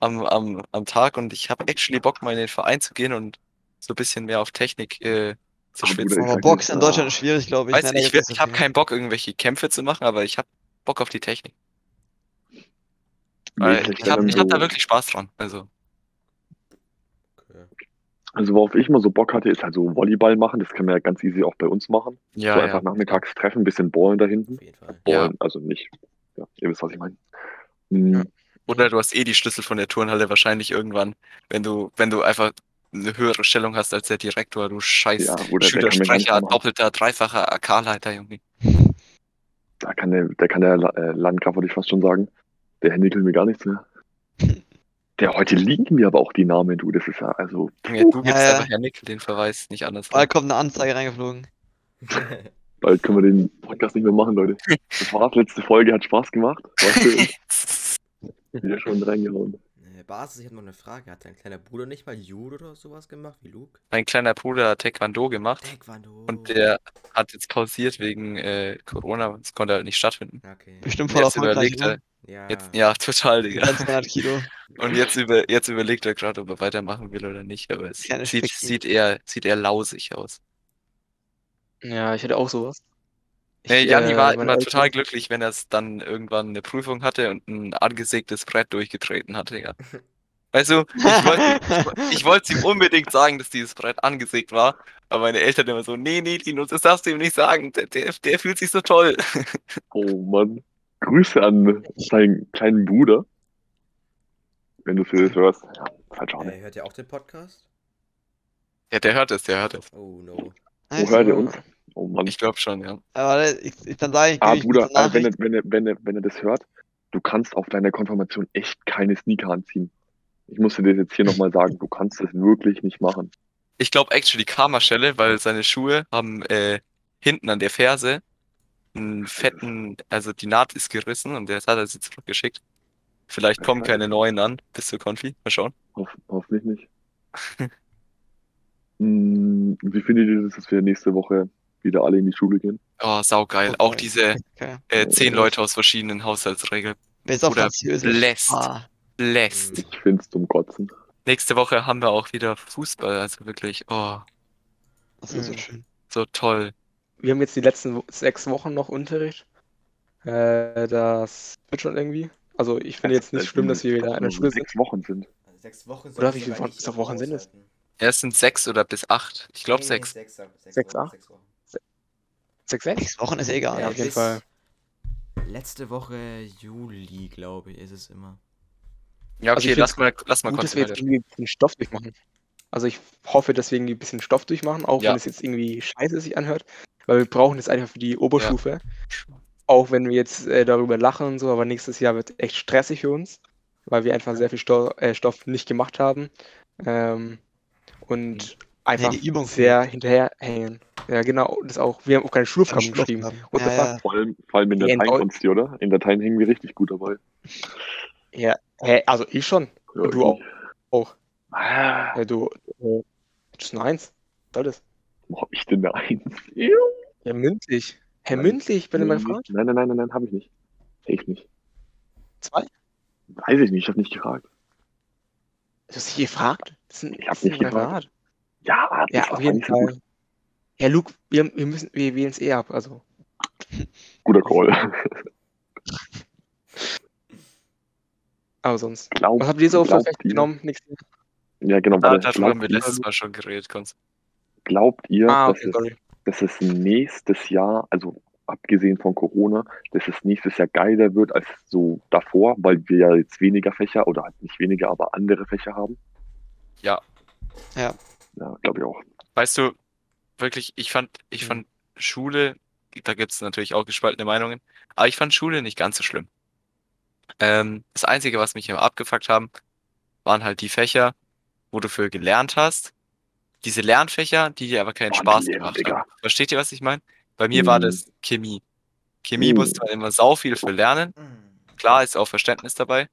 S1: am, am, am Tag und ich habe actually Bock, mal in den Verein zu gehen und so ein bisschen mehr auf Technik äh, zu
S3: Aber Bruder,
S1: schwitzen.
S3: ich
S5: Aber
S3: sag
S5: Boxen
S3: dir-
S5: in Deutschland ist schwierig, glaube ich.
S1: Weißt
S5: Nein,
S1: du,
S5: da
S1: ah. ich, will-
S5: gibt's
S1: ich
S5: nicht
S1: habe
S5: so
S1: keinen Bock, irgendwelche Kämpfe zu machen, aber ich habe Bock auf die Technik.
S3: Nee,
S1: Weil
S3: vielleicht
S1: ich habe
S3: dann
S1: ich hab da
S3: so-
S1: wirklich Spaß dran. Also,
S4: Okay.
S3: Also worauf ich mal so Bock hatte, ist halt so Volleyball machen. Das kann man ja ganz easy auch bei uns machen.
S1: ja,
S3: so einfach nachmittags treffen, bisschen ballen da hinten.
S4: Auf jeden Fall. [laughs]
S1: Ja.
S3: Ballen, also nicht. Ja, ihr wisst, was ich meine. Hm,
S2: Ja.
S1: Oder du hast eh die Schlüssel von der Turnhalle wahrscheinlich irgendwann, wenn du, wenn du einfach eine höhere Stellung hast als der Direktor, du scheiß
S3: ja, oder der kann mir gar nicht
S1: Schülersprecher,
S3: anhaben.
S1: doppelter, dreifacher AK-Leiter, Junge.
S3: Da kann der, da kann der La- äh, Landgraf, würde ich fast schon sagen, der handelt mir gar nichts mehr. Der heute liegen mir aber auch die Namen, du. Das ist ja, also,
S1: Junge, du gibst
S5: ja.
S1: einfach Herr Nickel den Verweis, nicht anders.
S5: Bald kommt eine Anzeige reingeflogen.
S3: bald können wir den Podcast nicht mehr machen, Leute. Das war's, letzte Folge hat Spaß gemacht. Weißt du, wieder schon reingehauen.
S4: Äh, Basis, ich habe noch eine Frage. Hat dein kleiner Bruder nicht mal Judo oder sowas gemacht wie Luke?
S1: Mein kleiner Bruder hat Taekwondo gemacht
S4: Taekwondo.
S1: und der hat jetzt pausiert wegen äh, Corona, es konnte halt nicht stattfinden.
S4: Okay.
S5: Bestimmt voll
S1: Jetzt
S5: erfolgreich,
S1: überlegt
S5: ne?
S1: er,
S4: Ja.
S1: jetzt, ja, total, Digga.
S5: 200 Kilo.
S1: Und jetzt, über, jetzt überlegt er gerade, ob er weitermachen will oder nicht, aber es
S5: Kleines
S1: sieht,
S5: Stückchen.
S1: sieht, eher, sieht eher lausig aus.
S2: Ja, ich hätte auch sowas.
S1: Nee,
S2: Ich,
S1: Janni war
S2: äh, meine
S1: immer total
S2: Eltern-
S1: glücklich, wenn er es dann irgendwann eine Prüfung hatte und ein angesägtes Brett durchgetreten hat,
S2: [laughs]
S1: Digga. Weißt du, [laughs] ich wollte
S5: [laughs]
S1: ich wollte ihm unbedingt sagen, dass dieses Brett angesägt war, aber meine Eltern immer so, nee, nee, Linus, das darfst du ihm nicht sagen, der, der, der fühlt sich so toll. [laughs]
S3: Oh Mann. Grüße an seinen kleinen Bruder. Wenn du es hörst. Ja, falsch auch nicht.
S4: Äh, hört ihr auch den Podcast?
S1: Ja, der hört es, der hört es.
S4: Oh no.
S5: Also,
S3: hört ihr uns? Oh Mann.
S1: Ich glaube schon, ja.
S5: Aber ich, ich, dann sage ich,
S3: ah,
S2: Äh,
S5: gebe ich kurz
S3: Bruder,
S5: eine
S3: ah, wenn, er,
S5: Nachricht.
S3: wenn, er, wenn, er, wenn er das hört, du kannst auf deiner Konfirmation echt keine Sneaker anziehen. Ich musste dir das jetzt hier nochmal sagen, du kannst das wirklich nicht machen.
S1: Ich glaube actually Karma-Schelle, weil seine Schuhe haben äh, hinten an der Ferse einen fetten, also die Naht ist gerissen und der hat er sie zurückgeschickt. Vielleicht kommen keine neuen an, bis zur Konfi, mal schauen.
S3: Hoff,
S2: [laughs]
S3: hoffentlich nicht. Hm, wie findet ihr das, dass wir nächste Woche wieder alle in die Schule gehen?
S1: Oh, saugeil.
S5: Okay.
S1: Auch diese
S5: Okay.
S1: äh, zehn Leute aus verschiedenen Haushaltsregeln.
S5: Bis auf
S1: Oder
S5: Französisch.
S1: bläst.
S5: Ah,
S1: Lässt.
S3: Ich find's zum Kotzen.
S1: Nächste Woche haben wir auch wieder Fußball, also wirklich, oh,
S5: das ist
S1: Hm.
S5: so
S2: Mhm.
S5: schön.
S1: so toll.
S2: Wir haben jetzt die letzten wo- sechs Wochen noch Unterricht. Äh, das wird schon irgendwie. Also ich finde jetzt nicht schlimm, dass wir wieder in der Schule sind.
S3: Sechs Wochen sind.
S4: Also sechs Wochen
S2: Oder
S4: solltest
S2: wie
S4: du
S2: viele
S4: aber
S2: Wochen-
S4: eigentlich
S2: ist doch Wochen sind es?
S4: aushalten.
S1: Ja, es sind sechs oder bis acht. Ich glaube
S4: Nee, nee,
S1: sechs.
S4: Sechs, sechs,
S2: Sechs,
S4: Wochen,
S2: acht?
S4: sechs Wochen.
S2: Sechs, sechs?
S5: Sechs Wochen ist eh egal. ne?
S2: Ja, auf jeden
S4: bis
S2: Fall.
S4: Letzte Woche Juli, glaube ich, ist es immer.
S1: Ja,
S2: Also
S1: okay,
S2: ich
S1: lass mal, lass mal
S2: Gut,
S1: kurz
S2: dass wir jetzt
S1: weiter-
S2: irgendwie ein bisschen Stoff durchmachen. Also ich hoffe, dass wir irgendwie ein bisschen Stoff durchmachen, auch
S1: Ja.
S2: wenn es jetzt irgendwie scheiße sich anhört. Weil wir brauchen es einfach für die Oberstufe. Auch wenn wir jetzt äh, darüber lachen und so, aber nächstes Jahr wird echt stressig für uns, weil wir einfach sehr viel Sto äh, Stoff nicht gemacht haben. Ähm, und
S1: Mhm.
S2: einfach
S5: die Übung
S2: sehr hinterherhängen. Ja, genau, das auch. Wir haben auch keine Schulaufgaben geschrieben. What the
S5: Ja,
S2: fuck?
S5: ja.
S3: Vor allem, vor allem in
S2: Ja, in
S3: Dateien
S2: Deu-
S3: kannst du, oder? In Dateien hängen wir richtig gut dabei.
S2: Ja, hä, also ich schon.
S3: Ja,
S2: Und du auch.
S3: ich-
S2: auch.
S3: Ah,
S2: Ja, du, du bist eine Eins. Was soll das?
S3: wo hab ich denn da eins?
S2: Ja, mündlich. Herr
S3: Nein.
S2: mündlich, wenn du mal
S3: Nee,
S2: fragst.
S3: Nein, nein, nein, nein, nein, hab ich nicht. Safe nicht.
S2: Zwei?
S3: Weiß ich nicht, ich hab nicht gefragt.
S2: Du hast dich gefragt? Das ist ein,
S3: Ich hab
S2: das ist
S3: nicht
S2: ein
S3: gefragt.
S2: Referat.
S3: Ja, aber
S2: Ja,
S3: das war
S2: auf jeden
S3: nicht so gut.
S2: Fall. Ja, Luke, wir, wir müssen, wir wählen es eh ab, also.
S3: Guter Call. [laughs]
S2: Aber sonst.
S3: Glaub,
S2: Was habt ihr so für
S3: glaubt
S2: Fächer
S3: ihr-
S2: genommen? Nichts.
S3: Ja, genau.
S1: Da,
S3: warte.
S1: darüber haben Ah, wir
S3: glaubt, ihr,
S1: letztes Mal schon geredet, Konz.
S3: glaubt ihr,
S2: ah,
S3: dass,
S2: okay,
S3: es,
S2: sorry.
S3: dass es nächstes Jahr, also abgesehen von Corona, dass es nächstes Jahr geiler wird als so davor, weil wir ja jetzt weniger Fächer oder halt nicht weniger, aber andere Fächer haben?
S1: Ja.
S5: Ja.
S3: Ja, glaube ich auch.
S1: Weißt du, wirklich, ich fand,
S3: Mhm.
S1: ich fand Schule, da gibt es natürlich auch gespaltene Meinungen, aber ich fand Schule nicht ganz so schlimm. Ähm, das Einzige, was mich immer abgefuckt haben, waren halt die Fächer, wo du für gelernt hast. Diese Lernfächer, die dir aber keinen
S3: Boah,
S1: Spaß
S3: nee,
S1: gemacht
S3: Digga.
S1: haben. Versteht ihr, was ich meine? Bei mir war
S3: Mhm.
S1: das Chemie. Chemie
S3: Mhm.
S1: musste man immer sau viel für lernen.
S4: Mm.
S1: Klar ist auch Verständnis dabei,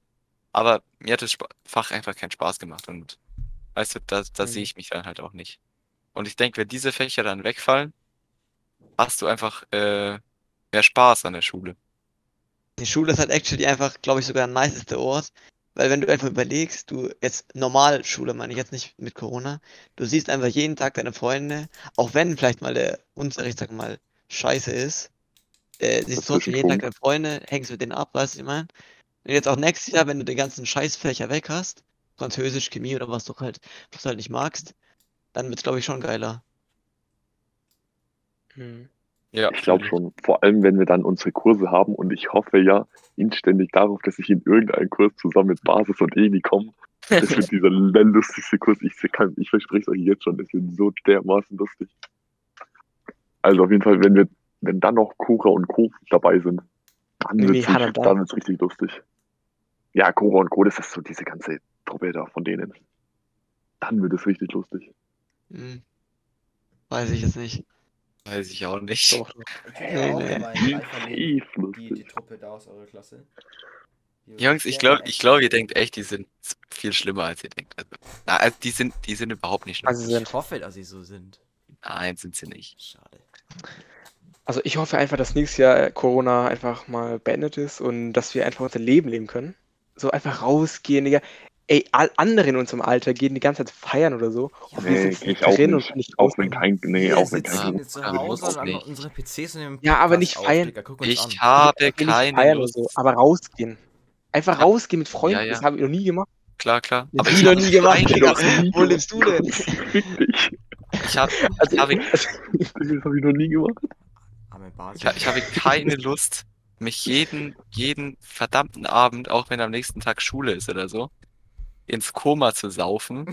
S1: aber mir hat das Spa- Fach einfach keinen Spaß gemacht und weißt du, da, da
S2: Mhm.
S1: sehe ich mich dann halt auch nicht. Und ich denke, wenn diese Fächer dann wegfallen, hast du einfach äh, mehr Spaß an der Schule.
S5: Die Schule ist halt actually einfach, glaube ich, sogar der niceste Ort. Weil wenn du einfach überlegst, du jetzt normal Schule, meine ich jetzt nicht mit Corona, du siehst einfach jeden Tag deine Freunde, auch wenn vielleicht mal der Unterrichtstag mal scheiße ist, äh, siehst du trotzdem jeden Tag deine Freunde, hängst mit denen ab, weißt du, was ich meine? Und jetzt auch nächstes Jahr, wenn du den ganzen Scheißfächer weg hast, Französisch, Chemie oder was du halt, was du halt nicht magst, dann wird's, glaube ich, schon geiler.
S2: Hm.
S1: Ja,
S3: Ich glaube schon. Vor allem, wenn wir dann unsere Kurse haben und ich hoffe ja inständig darauf, dass ich in irgendeinen Kurs zusammen mit Basis und Eni komme. Das
S4: [laughs]
S3: wird dieser lustigste Kurs. Ich, kann, ich verspreche es euch jetzt schon, es wird so dermaßen lustig. Also auf jeden Fall, wenn wir, wenn dann noch Cora und Co. dabei sind, dann
S2: Nee,
S3: wird
S2: nee,
S3: es
S2: Hannah
S3: richtig,
S2: da.
S3: dann wird's richtig lustig. Ja, Cora und Co., das ist so diese ganze Truppe da von denen. Dann wird es richtig lustig.
S5: Hm. Weiß ich jetzt nicht.
S1: Weiß ich auch nicht.
S2: Doch, doch.
S4: Ich
S5: Nee,
S4: kenne auch
S5: nee.
S4: nee. meinen Alpha-Leben,
S3: Tief
S4: die, die
S3: lustig.
S4: Truppe da aus eurer Klasse.
S1: [laughs]
S4: Die
S1: Jungs, ich
S4: sehr
S1: glaube,
S4: nett.
S1: ich glaube, ihr denkt echt, die sind viel schlimmer, als ihr denkt. Also, na, also die sind, die sind überhaupt nicht schlimm.
S2: Also, sie sind-
S4: Ich hoffe, dass sie so sind.
S1: Nein, sind sie nicht.
S4: Schade.
S2: also ich hoffe einfach, dass nächstes Jahr äh, Corona einfach mal beendet ist und dass wir einfach unser Leben leben können. So einfach rausgehen, Digga. Ey, all andere in unserem Alter gehen die ganze Zeit feiern oder so. Und wir
S3: Nee,
S2: sitzen
S3: ich auch
S2: drin und
S3: nicht.
S2: können nicht
S3: Auch wenn
S2: rausgehen.
S3: kein, nee,
S4: Wir
S3: auch wenn
S4: sitzen
S3: kein
S1: keine-
S4: zu
S1: Ja,
S4: Hause und
S1: bewusst
S4: haben
S1: nicht.
S4: unsere PCs und nehmen
S2: Ja, aber nicht
S4: Podcast auf,
S2: feiern.
S4: Digga. Guck uns
S1: Ich
S4: an.
S1: habe
S2: Ich will Also nicht
S1: keine
S2: feiern oder
S1: Lust.
S2: so, aber rausgehen. Einfach
S1: Ja.
S2: rausgehen mit Freunden,
S1: Ja, ja.
S2: das habe ich noch nie gemacht.
S1: Klar, klar.
S2: Ja,
S1: Aber
S5: Wie
S1: ich
S5: noch
S1: habe
S5: nie
S2: [laughs]
S5: gemacht,
S1: keine
S5: Digga.
S1: Lust.
S5: Wo lebst du denn?
S3: Fick dich.
S1: Ich habe,
S2: Also,
S1: ich habe
S2: [laughs]
S3: Das habe ich noch nie gemacht.
S4: Arme Basis.
S1: Ich, ha- ich habe keine Lust, mich jeden, jeden verdammten Abend, auch wenn am nächsten Tag Schule ist oder so, ins Koma zu saufen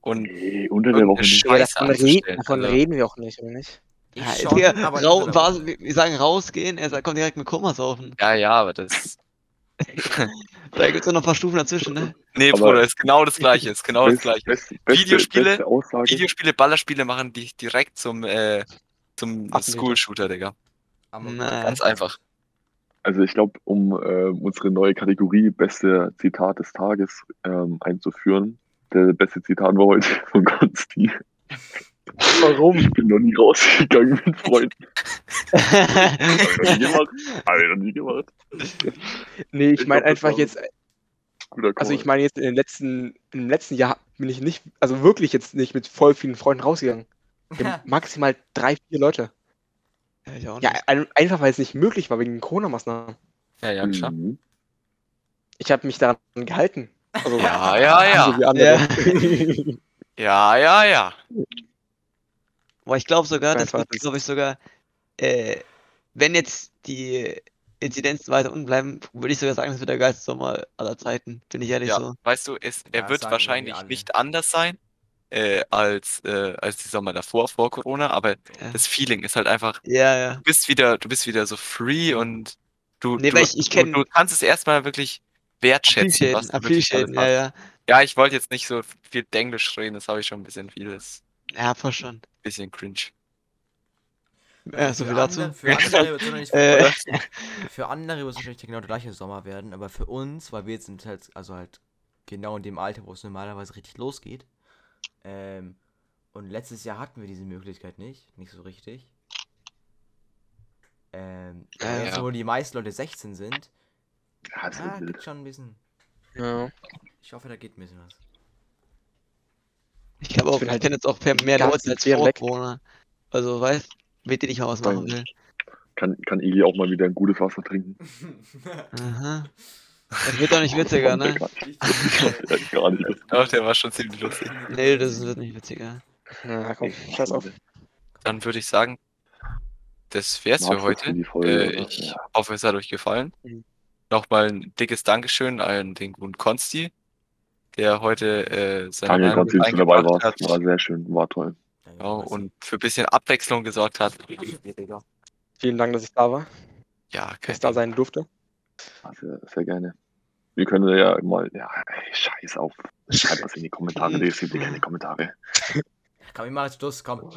S1: und
S3: Nee, unter der
S1: Irgendeine
S3: Woche nicht.
S1: Scheiße
S2: davon, reden,
S1: anzustellen,
S2: davon
S1: also.
S2: reden wir auch nicht, oder nicht?
S4: Ich
S5: Ja,
S4: schon,
S5: Halt. Digga,
S4: aber
S5: rau-
S4: nicht mit
S5: Bas-
S4: euch.
S5: wir wir sagen rausgehen, er sagt, kommt direkt mit Koma saufen.
S1: ja, ja, aber das.
S5: Da gibt's auch noch ein paar Stufen
S4: [laughs]
S5: dazwischen, ne?
S1: Nee,
S3: Aber-
S1: Bruder, ist genau das Gleiche, ist genau das
S3: Best-
S1: Gleiche.
S3: best- beste-
S1: Videospiele-
S3: Beste Aussage.
S1: Videospiele, Ballerspiele machen dich direkt zum, äh, zum
S2: Attentäter.
S1: School-Shooter, Digga.
S4: Am-
S5: Na.
S1: Ganz einfach.
S3: Also ich glaube, um äh, unsere neue Kategorie beste Zitat des Tages ähm, einzuführen, der beste Zitat war heute [laughs] von Konsti.
S2: Warum?
S3: Ich bin noch nie rausgegangen
S1: [laughs]
S3: mit Freunden. Hab ich noch nie gemacht. Hab ich noch nie gemacht.
S2: Nee, ich
S3: Ich
S2: meine
S3: glaub, das
S2: einfach
S3: war-
S2: jetzt,
S3: Guter Call.
S2: also ich meine jetzt in den letzten, im letzten Jahr bin ich nicht, also wirklich jetzt nicht mit voll vielen Freunden rausgegangen. Wir haben maximal drei, vier Leute.
S5: Ja, ich auch
S2: Ja,
S5: nicht.
S3: Hm.
S2: ein- einfach weil es nicht möglich war wegen den Corona-Maßnahmen.
S1: Ja, ja, klar.
S3: Mhm.
S2: Ich habe mich daran gehalten. Also,
S1: Ja, ja,
S2: so
S1: ja.
S2: wie andere.
S1: Ja, ja, ja.
S5: Boah, ich glaube sogar,
S2: Kein
S5: das wird,
S2: Fazit.
S5: glaube ich sogar, äh, wenn jetzt die Inzidenzen weiter unten bleiben, würde ich sogar sagen, das wird der geilste Sommer aller Zeiten. Bin ich ehrlich
S1: ja.
S5: so.
S1: Weißt du, es, er wird
S4: Ja, sagen
S5: eh
S4: irgendwie
S1: wahrscheinlich
S4: alle.
S1: nicht anders sein äh, als, äh, als die Sommer davor, vor Corona, aber
S5: Ja.
S1: das Feeling ist halt einfach,
S5: Ja, ja.
S1: du bist wieder, du bist wieder so free und du,
S5: Nee,
S1: du,
S5: weil ich- ich
S1: du,
S5: kenn-
S1: du kannst es erstmal wirklich wertschätzen, was
S5: Appreciaten,
S1: du wirklich alles
S5: appreciaten,
S1: hast.
S5: ja, ja.
S1: Ja, ich wollte jetzt nicht so viel Englisch reden, das habe ich schon ein bisschen vieles.
S5: Ja, passt schon.
S1: Bisschen cringe. [laughs]
S5: Ja, so
S4: Für
S5: viel dazu.
S4: andere-
S5: [laughs]
S4: Für andere wird es wahrscheinlich-
S5: Äh.
S4: für andere wird es wahrscheinlich genau der gleiche Sommer werden, aber für uns, weil wir jetzt sind halt, also halt genau in dem Alter, wo es normalerweise richtig losgeht. Ähm, und letztes Jahr hatten wir diese Möglichkeit nicht, nicht so richtig. Ähm,
S5: Ja,
S4: aber jetzt,
S1: ja.
S4: wo die meisten Leute 16 sind,
S3: Ja, das
S4: ah,
S3: ist wild.
S4: gibt schon ein bisschen.
S2: [laughs] Ja.
S4: Ich hoffe, da geht ein bisschen was.
S5: Ich glaube
S2: Ich
S5: auch,
S2: bin
S5: ich
S2: halt
S5: kenne jetzt auch per- mehr
S2: ganz
S5: Leute als
S2: quer
S5: vor
S2: weg.
S5: Corona. Also, weißt, mit denen ich mal was machen ne? will.
S3: Kann, kann Eli auch mal wieder ein gutes Wasser trinken?
S5: Aha. Das wird doch nicht
S3: [laughs]
S5: witziger, ne?
S3: Ja,
S1: [laughs]
S3: gar nicht.
S1: Doch, der war schon ziemlich lustig.
S5: [laughs] Nee, das wird nicht witziger.
S2: Na komm, scheiß auf.
S1: Dann würde ich sagen, das wär's für
S3: Magst du das
S1: heute.
S3: die Folge,
S1: Äh,
S3: oder?
S1: ich
S3: Ja.
S1: hoffe, es hat euch gefallen.
S2: Mhm.
S1: Nochmal ein dickes Dankeschön an den guten Konsti, der heute äh, seine
S3: Danke,
S1: Meinung
S3: Gott, dass du dabei
S1: eingebracht
S3: warst.
S1: hat.
S3: War sehr schön, war toll.
S1: Ja, Oh, und für ein bisschen Abwechslung gesorgt hat. Ja,
S2: Vielen Dank, dass ich da war, dass
S1: kein
S2: ich da sein durfte.
S3: War Sehr, sehr gerne. Wir können ja mal, ja, ey, scheiß auf. Schreibt das in die Kommentare, lest die Blick in die Kommentare.
S4: Komm, ich mach jetzt Schluss, komm.